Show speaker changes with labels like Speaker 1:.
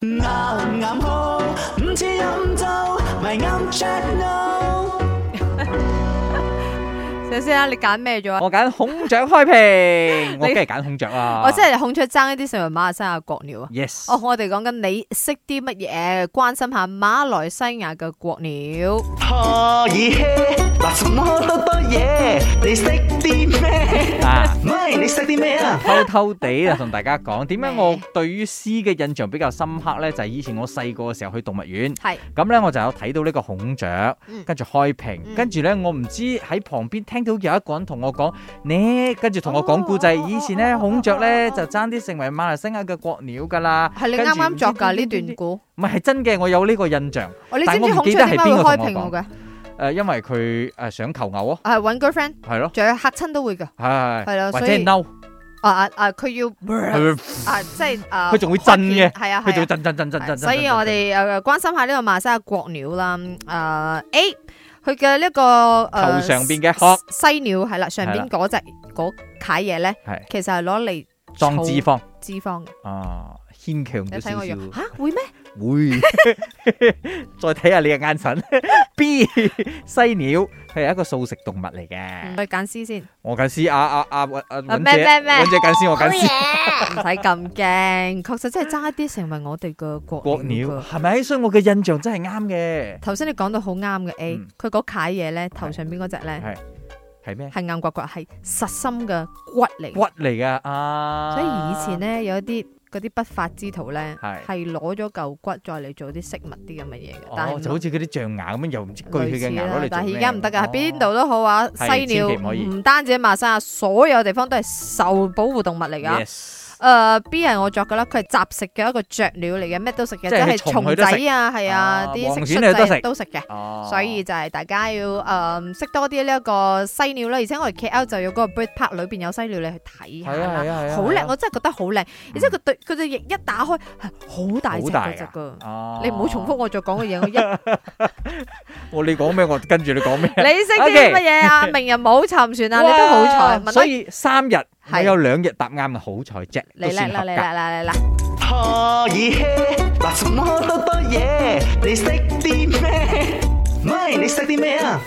Speaker 1: 啱啱好，唔似飲酒，咪啱 check no。
Speaker 2: 首先啦，你揀咩咗啊？
Speaker 3: 我揀孔雀 開屏，我梗係揀孔雀啦。
Speaker 2: 我真係孔雀爭一啲成為馬來西亞國鳥啊！
Speaker 3: 啊 yes，
Speaker 2: 哦，我哋講緊你識啲乜嘢，關心下馬來西亞嘅國鳥。
Speaker 1: 可以嘿，嗱，什麼都多嘢，你識啲咩？
Speaker 3: 啊，
Speaker 1: 咪你識啲咩啊？
Speaker 3: 偷偷地啊，同大家講，點
Speaker 2: 咩
Speaker 3: 解 我對於詩嘅印象比較深刻呢？就係、以前我細個嘅時候去動物園，
Speaker 2: 係
Speaker 3: 咁呢，我就有睇到呢個孔雀
Speaker 2: 嗯，
Speaker 3: 跟住開屏，
Speaker 2: 嗯
Speaker 3: 跟住呢，我唔知喺旁邊聽到有一個人同我講，你跟住同我講故仔，
Speaker 2: 哦哦哦
Speaker 3: 以前呢，孔雀呢
Speaker 2: 哦哦
Speaker 3: 就爭啲成為馬來西亞嘅國鳥㗎啦。
Speaker 2: 係你
Speaker 3: 跟
Speaker 2: 啱
Speaker 3: 住
Speaker 2: 啱作㗎呢
Speaker 3: 唔知
Speaker 2: 段故。
Speaker 3: 唔係係真嘅，我有呢個印象。
Speaker 2: 哦，你知
Speaker 3: 但
Speaker 2: 唔知
Speaker 3: 我唔
Speaker 2: 孔雀
Speaker 3: 記得
Speaker 2: 點
Speaker 3: 係
Speaker 2: 解會
Speaker 3: 邊個同我
Speaker 2: 開屏我嘅？
Speaker 3: 誒、因為佢誒、想求偶啊，
Speaker 2: 啊，揾 girlfriend，
Speaker 3: 係咯，
Speaker 2: 仲有嚇親都會㗎。
Speaker 3: 係
Speaker 2: 係啦
Speaker 3: 或者
Speaker 2: 所
Speaker 3: 係
Speaker 2: 以
Speaker 3: 嬲，
Speaker 2: 啊啊啊！佢要
Speaker 3: 係
Speaker 2: 啊，即係啊，
Speaker 3: 佢仲會震嘅
Speaker 2: 係啊，係
Speaker 3: 佢仲會
Speaker 2: 啊。
Speaker 3: 震震震震震。
Speaker 2: 所以我哋誒關心下呢個馬來西亞國鳥啦。啊 A，佢嘅呢個
Speaker 3: 頭
Speaker 2: 誒
Speaker 3: 上邊嘅殼
Speaker 2: 犀鳥係啦，上邊嗰只嗰楷嘢咧
Speaker 3: 係，
Speaker 2: 其實係攞嚟
Speaker 3: 壯脂肪
Speaker 2: 脂肪嘅。
Speaker 3: 啊，牽強
Speaker 2: 你
Speaker 3: 咗
Speaker 2: 睇
Speaker 3: 少
Speaker 2: 我
Speaker 3: 少，
Speaker 2: 樣嚇會咩？
Speaker 3: 會 再睇下你嘅眼神。B 犀鳥佢係一個素食動物嚟
Speaker 2: 嗯
Speaker 3: 嘅，
Speaker 2: 我揀 C 先，唔
Speaker 3: 我近先啊啊啊揾啊
Speaker 2: 啊
Speaker 3: 揾
Speaker 2: 咩
Speaker 3: 姐
Speaker 2: 咩咩
Speaker 3: 揾姐近先，我近先
Speaker 2: 使咁 驚。確實真係爭一啲成為我哋嘅國
Speaker 3: 國
Speaker 2: 鳥
Speaker 3: 鳥
Speaker 2: 㗎。
Speaker 3: 係咪？所以我嘅印象真係啱嘅，
Speaker 2: 頭先你講到好啱嘅 A，
Speaker 3: 嗯
Speaker 2: 佢嗰楷嘢咧頭上邊嗰只咧
Speaker 3: 係係咩？
Speaker 2: 係硬骨骨，係實心嘅骨嚟嘅。
Speaker 3: 骨嚟㗎啊！
Speaker 2: 所以以前咧有一啲嗰啲不法之徒咧，
Speaker 3: 係
Speaker 2: 係攞咗嚿骨再嚟做啲飾物啲咁嘅嘢嘅。但係
Speaker 3: 哦，就好似嗰啲象牙咁樣，又唔知鋸佢
Speaker 2: 類
Speaker 3: 嘅
Speaker 2: 似
Speaker 3: 牙攞
Speaker 2: 啦
Speaker 3: 嚟做咩，
Speaker 2: 但係而家唔得㗎，喺邊
Speaker 3: 哦
Speaker 2: 度都好啊。犀
Speaker 3: 係千祈唔可以
Speaker 2: 鳥唔單止喺馬來西亞，所有地方都係受保護動物嚟㗎。
Speaker 3: Yes
Speaker 2: 誒、B 呃係我作㗎啦，佢係雜食嘅一個雀鳥嚟嘅，咩都食嘅，
Speaker 3: 即係
Speaker 2: 係
Speaker 3: 蟲
Speaker 2: 蟲
Speaker 3: 佢
Speaker 2: 仔
Speaker 3: 都食
Speaker 2: 啊，係啊
Speaker 3: 啊，
Speaker 2: 啲
Speaker 3: 黃
Speaker 2: 蟋
Speaker 3: 鱔佢都
Speaker 2: 蟀仔
Speaker 3: 食
Speaker 2: 都食嘅。
Speaker 3: 哦
Speaker 2: 所以就係大家要呃誒、識多啲呢一個犀鳥啦，而且我哋 KL 就有嗰個 bird park 裏邊有犀鳥你去睇下
Speaker 3: 係啊係
Speaker 2: 啦，
Speaker 3: 啊係啊
Speaker 2: 好
Speaker 3: 係
Speaker 2: 靚、
Speaker 3: 啊嗯
Speaker 2: 我真係覺得好靚，而且佢對佢隻翼一打開係好大隻
Speaker 3: 好大
Speaker 2: 嗰
Speaker 3: 哦㗎
Speaker 2: 只噶。
Speaker 3: 哦
Speaker 2: 你唔好重複我再講嘅嘢，我一你
Speaker 3: 我哦你講咩，我跟住你 講咩。
Speaker 2: 識啲乜嘢 啊？明日冇沉船啊，你都好彩。
Speaker 3: 哇
Speaker 2: 問
Speaker 3: 所
Speaker 2: 多
Speaker 3: 以三日我
Speaker 2: 係
Speaker 3: 有兩日答啱嘅，啊好彩啫，
Speaker 2: 你
Speaker 3: 都
Speaker 2: 叻
Speaker 3: 算
Speaker 2: 啦，
Speaker 3: 合
Speaker 2: 你
Speaker 3: 格。
Speaker 2: 叻啦，你叻。
Speaker 1: 可以嘿，嗱，什麼都多嘢，你識啲咩？咪你識啲咩啊？